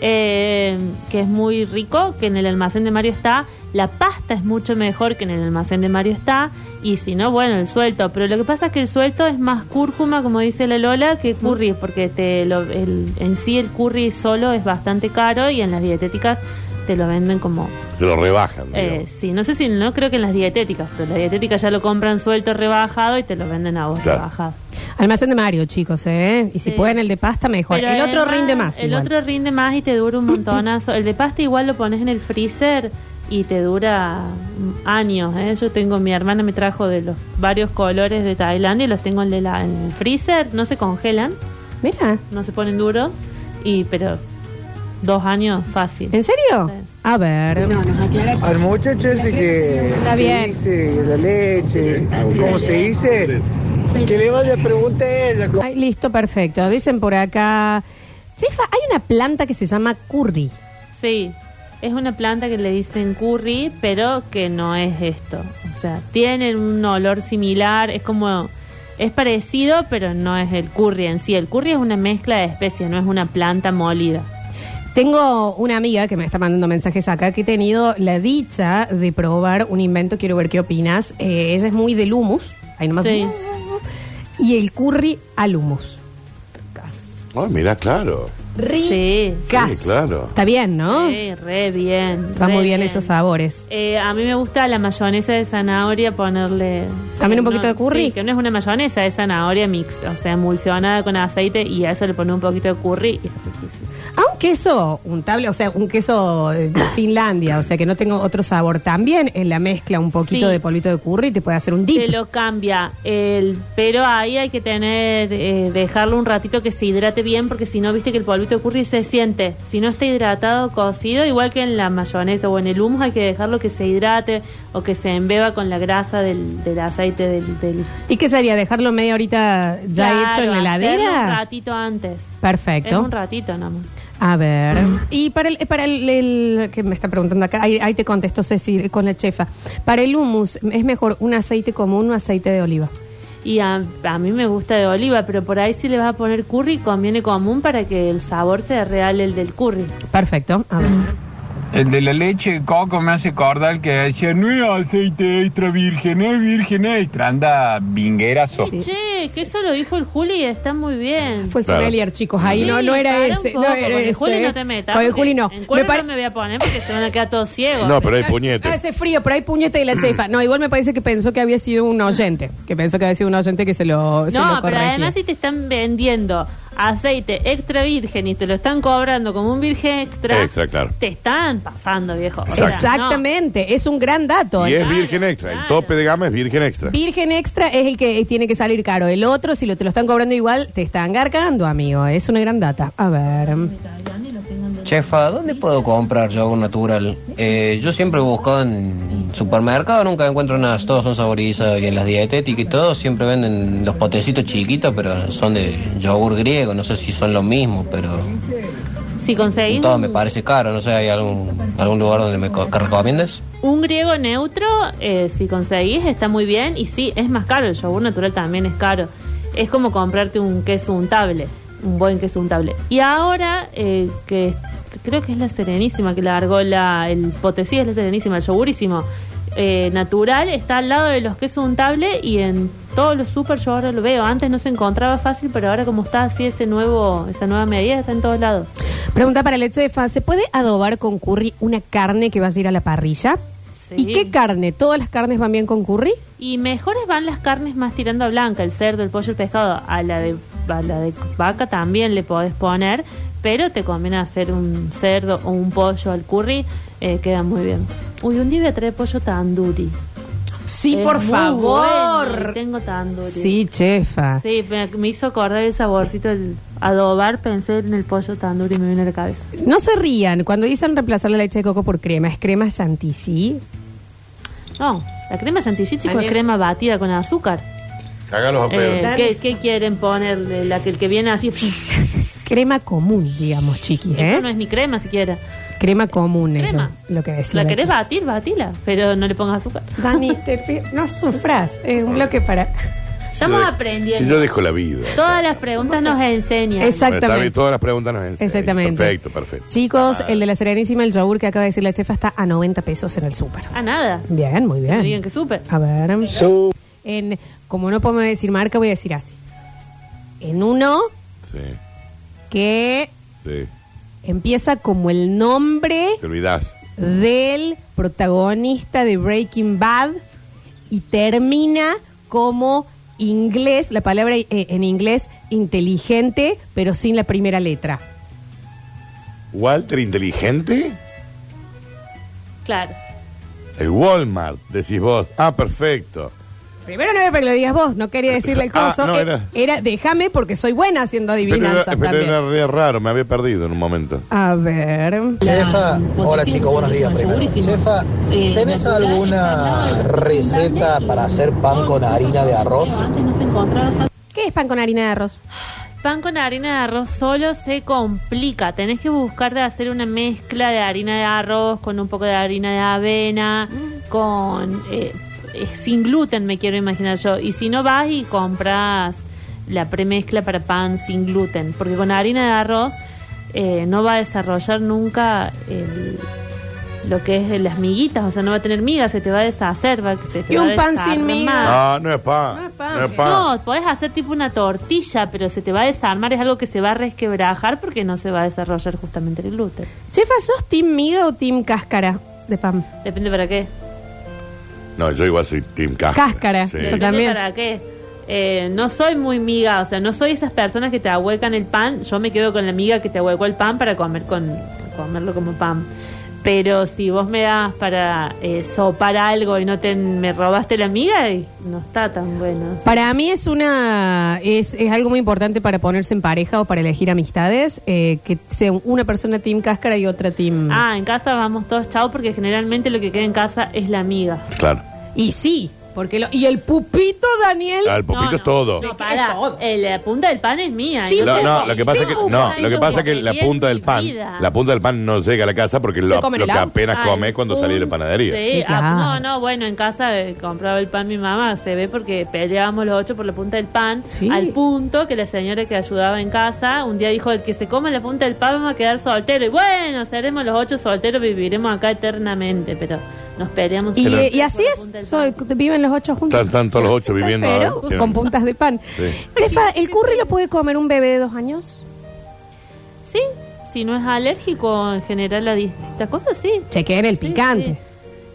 [SPEAKER 4] eh, que es muy rico, que en el almacén de Mario está. La pasta es mucho mejor que en el almacén de Mario está. Y si no, bueno, el suelto. Pero lo que pasa es que el suelto es más cúrcuma, como dice la Lola, que curry, porque te lo- el- en sí el curry solo es bastante caro y en las dietéticas te lo venden como
[SPEAKER 2] Te lo rebajan.
[SPEAKER 4] eh,
[SPEAKER 2] digamos.
[SPEAKER 4] sí, no sé si no creo que en las dietéticas, pero las dietéticas ya lo compran suelto, rebajado y te lo venden a vos
[SPEAKER 2] Claro.
[SPEAKER 4] rebajado.
[SPEAKER 1] Almacén de Mario, chicos, ¿eh? Y si
[SPEAKER 4] Sí.
[SPEAKER 1] pueden el de pasta, mejor.
[SPEAKER 4] Pero
[SPEAKER 1] el otro
[SPEAKER 4] además,
[SPEAKER 1] rinde más.
[SPEAKER 4] El
[SPEAKER 1] igual.
[SPEAKER 4] otro rinde más y te dura un montonazo. El de pasta igual lo pones en el freezer y te dura mm, años. ¿eh? Yo tengo, mi hermana me trajo de los varios colores de Tailandia y los tengo en, de la- en el freezer, no se congelan,
[SPEAKER 1] Mira,
[SPEAKER 4] no se ponen duros, y pero dos años fácil.
[SPEAKER 1] ¿en serio?
[SPEAKER 4] Sí.
[SPEAKER 1] A ver.
[SPEAKER 8] Al muchacho ese que,
[SPEAKER 1] Está
[SPEAKER 8] que
[SPEAKER 1] bien.
[SPEAKER 8] dice la leche, ¿cómo se dice? Que le vaya a preguntar a ella. co-
[SPEAKER 1] Ay, listo, perfecto. Dicen por acá. Chefa, hay una planta que se llama curry.
[SPEAKER 4] Sí, es una planta que le dicen curry, pero que no es esto. O sea, tienen un olor similar, es como. Es parecido, pero no es el curry en sí. El curry es una mezcla de especies, no es una planta molida.
[SPEAKER 1] Tengo una amiga que me está mandando mensajes acá que he tenido la dicha de probar un invento. Quiero ver qué opinas. Eh, ella es muy del humus. Ahí nomás.
[SPEAKER 4] Sí.
[SPEAKER 1] Y el curry al humus.
[SPEAKER 2] Ay, Ah, mirá, claro.
[SPEAKER 4] Sí.
[SPEAKER 1] Ricas.
[SPEAKER 2] Sí, claro.
[SPEAKER 1] Está bien, ¿no?
[SPEAKER 4] Sí, re bien.
[SPEAKER 1] Va
[SPEAKER 4] re
[SPEAKER 1] muy bien esos sabores.
[SPEAKER 4] Eh, a mí me gusta la mayonesa de zanahoria ponerle...
[SPEAKER 1] ¿También un
[SPEAKER 4] no-
[SPEAKER 1] poquito de curry?
[SPEAKER 4] sí, que no es una mayonesa, es zanahoria mix, o sea, emulsionada con aceite y a eso le pone un poquito de curry. y es riquísimo.
[SPEAKER 1] A Ah, un queso untable, o sea, un queso eh, de Finlandia, o sea, que no tengo otro sabor también, en la mezcla un poquito
[SPEAKER 4] Sí.
[SPEAKER 1] de polvito de curry te puede hacer un dip.
[SPEAKER 4] Te lo cambia, el, pero ahí hay que tener, eh, dejarlo un ratito que se hidrate bien, porque si no, viste que el polvito de curry se siente. Si no está hidratado, cocido, igual que en la mayonesa o en el humus, hay que dejarlo que se hidrate o que se embeba con la grasa del, del aceite del... del
[SPEAKER 1] ¿Y qué sería? ¿Dejarlo media horita ya
[SPEAKER 4] Claro,
[SPEAKER 1] hecho en la
[SPEAKER 4] hacerlo Un
[SPEAKER 1] heladera?
[SPEAKER 4] ratito antes. Es
[SPEAKER 1] Perfecto.
[SPEAKER 4] un ratito nomás.
[SPEAKER 1] A ver. Y para el, eh, para el, el- que me está preguntando acá, ahí, ahí te contesto, Ceci, con la chefa. Para el hummus, ¿es mejor un aceite común o aceite de oliva?
[SPEAKER 4] Y a, a mí me gusta de oliva, pero por ahí si le vas a poner curry, conviene común para que el sabor sea real el del curry.
[SPEAKER 1] Perfecto. A ver.
[SPEAKER 10] El de la leche de coco me hace acordar que decía, no es aceite extra virgen, es virgen extra, anda vinguerazo.
[SPEAKER 1] Este, Sí.
[SPEAKER 4] Che, que eso lo dijo el Juli y está muy bien.
[SPEAKER 1] Fue el
[SPEAKER 2] Claro.
[SPEAKER 1] sommelier, chicos. Ahí
[SPEAKER 4] Sí,
[SPEAKER 1] no, no era
[SPEAKER 4] para un
[SPEAKER 1] ese.
[SPEAKER 4] poco,
[SPEAKER 1] no era
[SPEAKER 4] con el
[SPEAKER 1] ese,
[SPEAKER 4] Juli
[SPEAKER 1] ¿eh?
[SPEAKER 4] no te metas.
[SPEAKER 1] Con el
[SPEAKER 4] porque
[SPEAKER 1] Juli no.
[SPEAKER 4] En cuero
[SPEAKER 1] Me pare-
[SPEAKER 4] no me voy a poner porque se van a quedar todos ciegos.
[SPEAKER 2] No, pero hay Mm.
[SPEAKER 1] Ah,
[SPEAKER 2] puñetes.
[SPEAKER 1] hace frío, pero hay puñete de la chefa. No, igual me parece que pensó que había sido un oyente. Que pensó que había sido un oyente que se lo, se
[SPEAKER 4] No,
[SPEAKER 1] lo
[SPEAKER 4] pero
[SPEAKER 1] corregía.
[SPEAKER 4] además si te están vendiendo aceite extra virgen y te lo están cobrando como un virgen extra,
[SPEAKER 2] Extra, claro.
[SPEAKER 4] te están pasando, viejo. O sea, no.
[SPEAKER 1] Exactamente, es un gran dato.
[SPEAKER 2] Y
[SPEAKER 1] ¿eh?
[SPEAKER 2] es virgen extra. El tope de gama es virgen extra.
[SPEAKER 1] Virgen extra es el que tiene que salir caro. El otro, si lo, te lo están cobrando igual, te están garcando, amigo. Es una gran data. A ver.
[SPEAKER 11] Chefa, ¿dónde puedo comprar yogur natural? Eh, yo siempre he buscado en supermercado, nunca encuentro nada. Todos son saborizados y en las dietéticas y todo siempre venden los potecitos chiquitos, pero son de yogur griego. No sé si son lo mismo, pero
[SPEAKER 4] Si conseguís
[SPEAKER 11] todo me
[SPEAKER 4] un,
[SPEAKER 11] parece caro. No sé, ¿hay algún, algún lugar donde me co- que recomiendes?
[SPEAKER 4] un griego neutro, eh, si conseguís, está muy bien. Y sí, es más caro. El yogur natural también es caro. Es como comprarte un queso untable. Un buen queso untable. Y ahora, eh, que creo que es la Serenísima que largó la, el potesí, es la Serenísima, el yogurísimo. eh, natural está al lado de los quesos untables y en todos los super yo ahora lo veo antes no se encontraba fácil pero ahora como está así ese nuevo esa nueva medida está en todos lados
[SPEAKER 1] Pregunta para la chefa, ¿se puede adobar con curry una carne que vaya a ir a la parrilla? ¿Y qué carne? ¿Todas las carnes van bien con curry?
[SPEAKER 4] Y mejores van las carnes más tirando a blanca, el cerdo, el pollo, el pescado. A la de, a la de vaca también le podés poner, pero te conviene hacer un cerdo o un pollo al curry, eh, queda muy bien. Uy, un día voy a traer pollo tanduri.
[SPEAKER 1] Sí,
[SPEAKER 4] Es
[SPEAKER 1] por
[SPEAKER 4] muy
[SPEAKER 1] favor.
[SPEAKER 4] bueno, y tengo tanduri.
[SPEAKER 1] Sí, chefa.
[SPEAKER 4] Sí, me, me hizo acordar el saborcito del adobar, pensé en el pollo tanduri y me vino a la cabeza.
[SPEAKER 1] No se rían cuando dicen reemplazar la leche de coco por crema. ¿Es crema chantilly?
[SPEAKER 4] No, la crema chantilly, chico, es
[SPEAKER 1] También.
[SPEAKER 4] crema batida con azúcar.
[SPEAKER 2] Cagalos a
[SPEAKER 4] Eh,
[SPEAKER 2] pedo.
[SPEAKER 4] ¿qué, qué quieren ponerle? La que, el que viene así...
[SPEAKER 1] Crema común, digamos, chiquis,
[SPEAKER 4] Eso no
[SPEAKER 1] ¿eh?
[SPEAKER 4] es ni crema siquiera.
[SPEAKER 1] Crema común es
[SPEAKER 4] Crema.
[SPEAKER 1] Lo, lo que decía.
[SPEAKER 4] La querés
[SPEAKER 1] chefa.
[SPEAKER 4] batir, batila, pero no le pongas azúcar.
[SPEAKER 1] Dani, te pi- no sufras. Es un bloque para...
[SPEAKER 4] Estamos
[SPEAKER 2] Si yo de-
[SPEAKER 4] aprendiendo.
[SPEAKER 2] Si yo dejo la vida.
[SPEAKER 4] Todas las preguntas nos enseñan.
[SPEAKER 1] Exactamente.
[SPEAKER 2] Está bien, Todas las preguntas nos enseñan.
[SPEAKER 1] Exactamente.
[SPEAKER 2] Perfecto, perfecto. Ah.
[SPEAKER 1] Chicos, el de la Serenísima, el yogur que acaba de decir la chefa, está a 90 pesos en el súper.
[SPEAKER 4] A nada.
[SPEAKER 1] Bien, muy
[SPEAKER 4] Que me digan
[SPEAKER 1] bien. Ah.
[SPEAKER 4] que supe.
[SPEAKER 1] A ver. En, como no podemos decir marca, voy a decir así. En uno
[SPEAKER 2] Sí,
[SPEAKER 1] que
[SPEAKER 2] sí.
[SPEAKER 1] empieza como el nombre
[SPEAKER 2] Te olvidás.
[SPEAKER 1] del protagonista de Breaking Bad y termina como inglés, la palabra eh, en inglés inteligente, pero sin la primera letra.
[SPEAKER 2] Walter inteligente.
[SPEAKER 4] Claro.
[SPEAKER 2] El Walmart, decís vos. Ah, perfecto.
[SPEAKER 1] Primero no era para que lo digas vos, no quería decirle el
[SPEAKER 2] Ah,
[SPEAKER 1] coso.
[SPEAKER 2] no,
[SPEAKER 1] eh,
[SPEAKER 2] era-
[SPEAKER 1] era... déjame porque soy buena haciendo
[SPEAKER 2] Pero era,
[SPEAKER 1] adivinanzas
[SPEAKER 2] pero
[SPEAKER 1] también.
[SPEAKER 2] era re raro, me había perdido en un momento.
[SPEAKER 1] A ver.
[SPEAKER 5] Chefa, hola chicos, buenos días primero.
[SPEAKER 4] Eh,
[SPEAKER 5] Chefa, ¿tenés alguna receta para hacer pan con harina de arroz?
[SPEAKER 1] ¿Qué es pan con harina de arroz?
[SPEAKER 4] Pan con harina de arroz solo se complica. Tenés que buscar de hacer una mezcla de harina de arroz con un poco de harina de avena,
[SPEAKER 1] Mm.
[SPEAKER 4] con eh, eh, sin gluten me quiero imaginar yo. Y si no vas y compras la premezcla para pan sin gluten, porque con harina de arroz eh, no va a desarrollar nunca el- lo que es de las miguitas, o sea, no va a tener migas, se te va a deshacer, va, se te
[SPEAKER 1] Y
[SPEAKER 4] va a
[SPEAKER 1] un pan sin
[SPEAKER 4] desarmar.
[SPEAKER 1] migas.
[SPEAKER 2] Ah, no es pan. No es pan.
[SPEAKER 4] No, podés hacer tipo una tortilla, pero se te va a desarmar, es algo que se va a resquebrajar porque no se va a desarrollar justamente el gluten.
[SPEAKER 1] Chefa, ¿sos team miga o team cáscara de pan?
[SPEAKER 4] Depende para qué.
[SPEAKER 2] No, yo igual soy Team Cáscara.
[SPEAKER 1] Cáscara,
[SPEAKER 2] Sí.
[SPEAKER 1] yo
[SPEAKER 4] Depende
[SPEAKER 1] también.
[SPEAKER 4] para qué. Eh, no soy muy miga, o sea, no soy esas personas que te ahuecan el pan. Yo me quedo con la miga que te ahuecó el pan para comer con comerlo como pan. Pero si vos me das para eh, sopar algo y no te me robaste la miga, y no está tan bueno.
[SPEAKER 1] Para mí es una es, es algo muy importante para ponerse en pareja o para elegir amistades, eh, que sea una persona team cáscara y otra team...
[SPEAKER 4] Ah, en casa vamos todos chao porque generalmente lo que queda en casa es la miga.
[SPEAKER 2] Claro.
[SPEAKER 1] Y sí, porque lo, y el pupito, Daniel...
[SPEAKER 2] Ah, el popito
[SPEAKER 4] No, no.
[SPEAKER 2] es todo.
[SPEAKER 4] No, pará. Eh, la punta del pan es mía. ¿eh?
[SPEAKER 1] Tim
[SPEAKER 2] No,
[SPEAKER 1] Team
[SPEAKER 2] no,
[SPEAKER 1] Popó.
[SPEAKER 2] lo que pasa es que,
[SPEAKER 1] Team
[SPEAKER 2] no,
[SPEAKER 1] Popó.
[SPEAKER 2] lo que, pasa es que
[SPEAKER 4] Lo
[SPEAKER 2] la
[SPEAKER 4] vi en
[SPEAKER 2] punta del
[SPEAKER 4] mi
[SPEAKER 2] pan,
[SPEAKER 4] vida.
[SPEAKER 2] la punta del pan no llega a la casa porque
[SPEAKER 1] Se
[SPEAKER 2] lo,
[SPEAKER 1] come en
[SPEAKER 2] lo
[SPEAKER 1] el
[SPEAKER 2] que
[SPEAKER 1] auto.
[SPEAKER 2] apenas
[SPEAKER 4] Al
[SPEAKER 2] come cuando salí de la
[SPEAKER 4] punto.
[SPEAKER 2] panadería.
[SPEAKER 4] Sí,
[SPEAKER 1] Sí,
[SPEAKER 4] ah,
[SPEAKER 1] claro.
[SPEAKER 4] No, no, bueno, en casa eh, compraba el pan mi mamá, se ve porque peleábamos los ocho por la punta del pan,
[SPEAKER 1] Sí.
[SPEAKER 4] al punto que la señora que ayudaba en casa un día dijo, el que se coma la punta del pan vamos a quedar soltero, y bueno, seremos los ocho solteros, viviremos acá eternamente, pero nos peleamos.
[SPEAKER 1] Y,
[SPEAKER 4] siempre
[SPEAKER 1] eh, y
[SPEAKER 4] por
[SPEAKER 1] así
[SPEAKER 4] la punta del
[SPEAKER 1] es, so- viven los ocho juntos.
[SPEAKER 2] Están- están todos los ocho viviendo,
[SPEAKER 1] Pero
[SPEAKER 2] ¿eh?
[SPEAKER 1] con puntas de pan.
[SPEAKER 2] Sí.
[SPEAKER 1] Chefa, ¿el curry lo puede comer un bebé de dos años?
[SPEAKER 4] pan. Sí, si no es alérgico en general a distintas cosas, sí.
[SPEAKER 1] Chequeen el
[SPEAKER 4] Sí,
[SPEAKER 1] picante.
[SPEAKER 4] sí.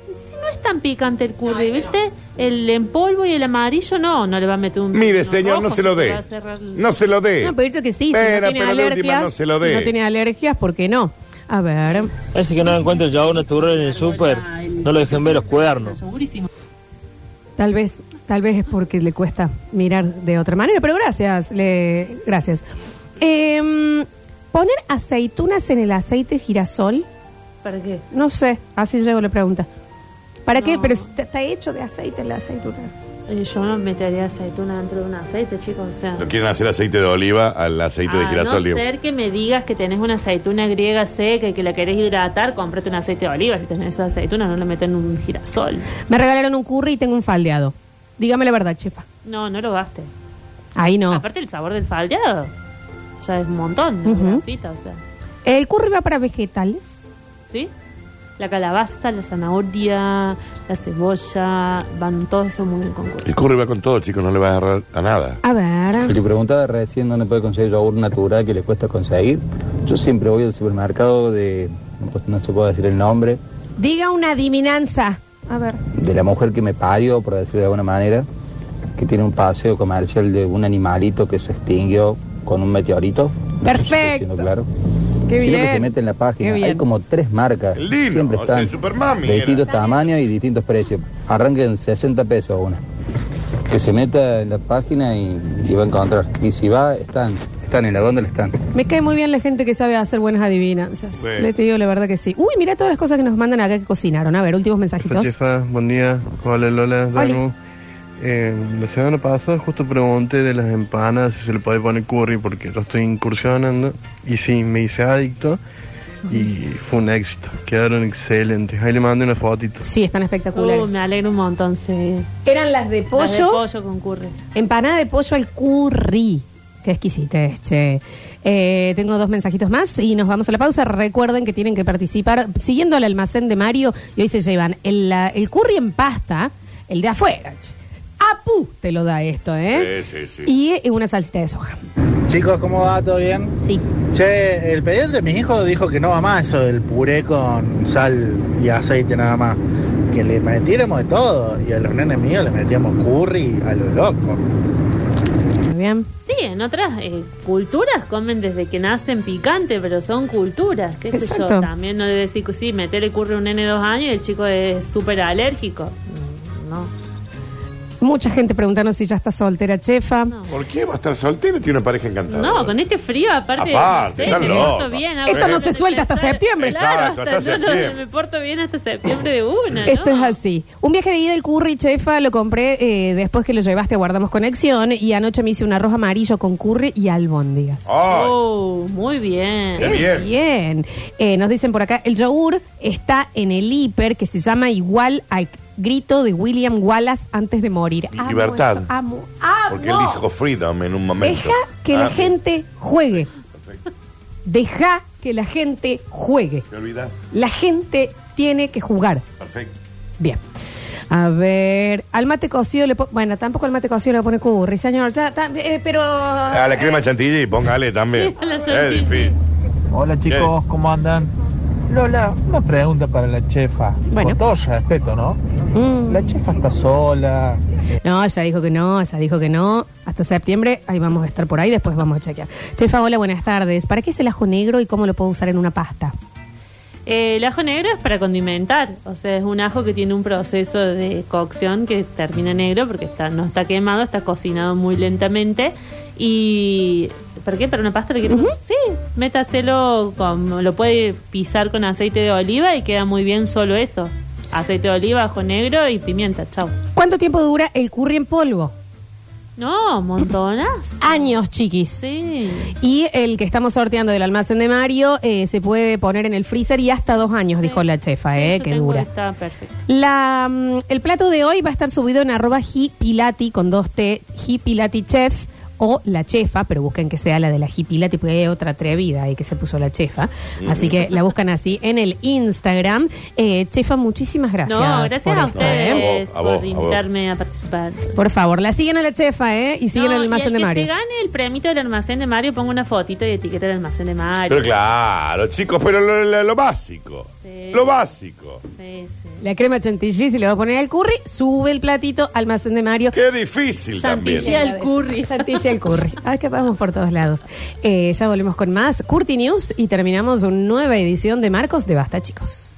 [SPEAKER 4] Sí, no es tan picante el curry, ¿viste? El en polvo y el amarillo no, no le va a meter un...
[SPEAKER 2] Mire,
[SPEAKER 4] unos
[SPEAKER 2] señor, no
[SPEAKER 4] rojos,
[SPEAKER 2] se lo
[SPEAKER 4] te
[SPEAKER 2] dé.
[SPEAKER 4] va a cerrar el-
[SPEAKER 2] No se lo dé.
[SPEAKER 1] No, pero dicho que sí,
[SPEAKER 2] Pero,
[SPEAKER 1] si no tiene
[SPEAKER 2] pero de última
[SPEAKER 1] alergias.
[SPEAKER 2] no se lo
[SPEAKER 1] Si
[SPEAKER 2] dé.
[SPEAKER 1] no tiene alergias, ¿por qué no? A ver.
[SPEAKER 10] Parece que no encuentro el yogur natural en el súper. No lo dejen ver los cuernos.
[SPEAKER 1] Tal vez, tal vez es porque le cuesta mirar de otra manera, pero gracias, le, gracias. Em, ¿Poner aceitunas en el aceite girasol?
[SPEAKER 4] ¿Para qué?
[SPEAKER 1] No sé, así llego la pregunta. ¿Para qué? Pero está, está hecho de aceite la aceituna.
[SPEAKER 4] Eh, Yo no metería aceituna dentro de un aceite, chicos. O sea,
[SPEAKER 2] Lo quieren hacer aceite de oliva al aceite
[SPEAKER 1] Ah,
[SPEAKER 2] de
[SPEAKER 4] a
[SPEAKER 2] girasol.
[SPEAKER 4] no
[SPEAKER 2] digo.
[SPEAKER 4] ser que me digas que tenés una aceituna griega seca y que la querés hidratar, comprate un aceite de oliva. Si tenés esa aceituna, no la metes en un girasol.
[SPEAKER 1] Me regalaron un curry y tengo un faldeado. Dígame la verdad, chefa.
[SPEAKER 4] No, no lo gastes.
[SPEAKER 1] Ahí no.
[SPEAKER 4] Aparte, el sabor del faldeado ya es un montón. ¿no?
[SPEAKER 1] Ujú.
[SPEAKER 4] Grasita, o sea.
[SPEAKER 1] ¿El curry va para vegetales?
[SPEAKER 4] ¿Sí? La calabaza, la zanahoria, la cebolla, van todos esos muy bien con
[SPEAKER 2] El curry va con todo, chicos, no le va a agarrar a nada.
[SPEAKER 1] A ver.
[SPEAKER 12] Si te preguntaba recién dónde puede conseguir yogur natural que le cuesta conseguir, yo siempre voy al supermercado de, pues, no se puede decir el nombre,
[SPEAKER 1] Diga una adivinanza. A ver.
[SPEAKER 12] de la mujer que me parió, por decirlo de alguna manera, que tiene un paseo comercial de un animalito que se extinguió con un meteorito.
[SPEAKER 1] Perfecto.
[SPEAKER 12] Claro.
[SPEAKER 1] Qué
[SPEAKER 12] Siempre
[SPEAKER 1] bien.
[SPEAKER 12] se mete en la
[SPEAKER 1] Qué
[SPEAKER 12] página.
[SPEAKER 1] bien.
[SPEAKER 12] Hay como tres marcas.
[SPEAKER 2] Lino,
[SPEAKER 12] Siempre
[SPEAKER 2] o
[SPEAKER 12] están
[SPEAKER 2] sea, Supermami
[SPEAKER 12] de
[SPEAKER 2] era.
[SPEAKER 12] distintos tamaños y distintos precios. Arranquen 60 pesos una. Que se meta en la página y, y va a encontrar. Y si va, están. Están en la góndola, están.
[SPEAKER 1] Me cae muy bien la gente que sabe hacer buenas adivinanzas.
[SPEAKER 12] Sí.
[SPEAKER 1] Le te digo la verdad que sí. Uy, mira todas las cosas que nos mandan acá que cocinaron. A ver, últimos mensajitos.
[SPEAKER 13] Chefa, buen día. Hola Lola, Danu. Eh, la semana pasada justo pregunté de las empanadas si se le puede poner curry porque lo estoy incursionando y sí, me hice adicto y fue un éxito. Quedaron excelentes. Ahí le mandé una fotito.
[SPEAKER 1] Sí, están espectaculares.
[SPEAKER 4] Uh, me alegro un montón, sí.
[SPEAKER 1] Eran las de pollo.
[SPEAKER 4] Las de pollo con curry.
[SPEAKER 1] Empanada de pollo al curry. Qué exquisitez, che. Eh, tengo dos mensajitos más y nos vamos a la pausa. Recuerden que tienen que participar siguiendo al almacén de Mario y hoy se llevan el, la- el curry en pasta, el de afuera. che. Apu te lo da esto, ¿eh?
[SPEAKER 2] Sí, sí, sí.
[SPEAKER 1] Y eh, una salsita de soja.
[SPEAKER 14] Chicos, ¿cómo va? ¿Todo bien?
[SPEAKER 1] Sí.
[SPEAKER 14] Che, el pediatra de mi hijo dijo que no va más eso del puré con sal y aceite nada más. Que le metiéramos de todo. Y a los nenes míos le metíamos curry a los locos.
[SPEAKER 1] Muy bien.
[SPEAKER 4] Sí, en otras eh, culturas comen desde que nacen picante, pero son culturas, qué sé
[SPEAKER 1] Exacto.
[SPEAKER 4] yo. También no le decís que sí, meterle curry a un nene de dos años y el chico es súper alérgico. Mm, No.
[SPEAKER 1] Mucha gente preguntando si ya está soltera, chefa.
[SPEAKER 2] ¿Por qué va a estar soltero? Tiene una pareja encantada.
[SPEAKER 4] No, con este frío, aparte.
[SPEAKER 2] Aparte,
[SPEAKER 4] no sé,
[SPEAKER 2] están
[SPEAKER 4] me porto
[SPEAKER 2] locos.
[SPEAKER 4] bien,
[SPEAKER 1] Esto
[SPEAKER 4] ahora
[SPEAKER 1] no se suelta hasta septiembre.
[SPEAKER 2] Exacto, hasta
[SPEAKER 4] yo no-
[SPEAKER 2] septiembre.
[SPEAKER 4] me porto bien hasta septiembre de una, ¿no?
[SPEAKER 1] Esto es así. Un viaje de ida del curry, chefa, lo compré eh, después que lo llevaste a Guardamos Conexión y anoche me hice un arroz amarillo con curry y albóndigas.
[SPEAKER 4] Oh, muy bien.
[SPEAKER 1] Qué bien. Eh, nos dicen por acá, el yogur está en el hiper que se llama igual al grito de William Wallace antes de morir. Amo
[SPEAKER 2] libertad.
[SPEAKER 1] esto, Amo, amo.
[SPEAKER 2] Porque él dijo freedom en un momento.
[SPEAKER 1] ah, Deja que la
[SPEAKER 2] Ah,
[SPEAKER 1] gente juegue. Deja que la gente juegue.
[SPEAKER 2] ¿Te olvidas?
[SPEAKER 1] La gente tiene que jugar.
[SPEAKER 2] Perfecto.
[SPEAKER 1] Bien. A ver, al mate cocido le pone. Bueno, tampoco al mate cocido le pone curry, señor. Ya, tam- eh, pero.
[SPEAKER 2] A Ah, la crema chantilly, póngale también.
[SPEAKER 1] A la
[SPEAKER 2] es
[SPEAKER 1] chantilly.
[SPEAKER 2] difícil.
[SPEAKER 15] Hola chicos, ¿cómo andan? Lola, una pregunta para la chefa.
[SPEAKER 1] Bueno.
[SPEAKER 15] Con todo respeto, ¿no?
[SPEAKER 1] mm.
[SPEAKER 15] La chefa está sola.
[SPEAKER 1] No, ya dijo que no, ya dijo que no. Hasta septiembre, ahí vamos a estar por ahí, después vamos a chequear. Chefa, hola, buenas tardes. ¿Para qué es el ajo negro y cómo lo puedo usar en una pasta?
[SPEAKER 4] Eh, el ajo negro es para condimentar, o sea, es un ajo que tiene un proceso de cocción que termina negro porque está, no está quemado, está cocinado muy lentamente. ¿Y para qué? ¿Para una pasta? le quieren- Sí, métaselo, con, lo puede pisar con aceite de oliva y queda muy bien solo eso. Aceite de oliva, ajo negro y pimienta, chao.
[SPEAKER 1] ¿Cuánto tiempo dura el curry en polvo?
[SPEAKER 4] No, montonas.
[SPEAKER 1] Años, chiquis.
[SPEAKER 4] Sí.
[SPEAKER 1] Y el que estamos sorteando del almacén de Mario eh, se puede poner en el freezer y hasta dos años, dijo la chefa, eh, que dura.
[SPEAKER 4] Está perfecto.
[SPEAKER 1] La, mm, el plato de hoy va a estar subido en arroba hipilati con dos T, hipilati chef o la chefa, pero busquen que sea la de la hipilati porque hay otra atrevida ahí que se puso la chefa. Así que la buscan así en el Instagram. Eh, chefa, muchísimas gracias.
[SPEAKER 4] No, gracias
[SPEAKER 1] por
[SPEAKER 4] a
[SPEAKER 1] esto, ¿eh?
[SPEAKER 4] ustedes
[SPEAKER 2] A vos, a vos,
[SPEAKER 4] por
[SPEAKER 2] a vos.
[SPEAKER 4] invitarme a participar.
[SPEAKER 1] Por favor, la siguen a la chefa, ¿eh? Y siguen
[SPEAKER 4] No,
[SPEAKER 1] al
[SPEAKER 4] y
[SPEAKER 1] almacén
[SPEAKER 4] el
[SPEAKER 1] de
[SPEAKER 4] que
[SPEAKER 1] Mario.
[SPEAKER 4] se gane el premio del almacén de Mario, pongo una fotito y etiqueta del almacén de Mario.
[SPEAKER 2] Pero claro, chicos, pero lo, lo- lo básico. Lo básico.
[SPEAKER 1] La crema chantilly, si le va a poner al curry, sube el platito, almacén de Mario.
[SPEAKER 2] Qué difícil también.
[SPEAKER 1] curry. Chantilly al curry. Acá vamos por todos lados. Eh, ya volvemos con más Curti News y terminamos una nueva edición de Marcos de Basta, chicos.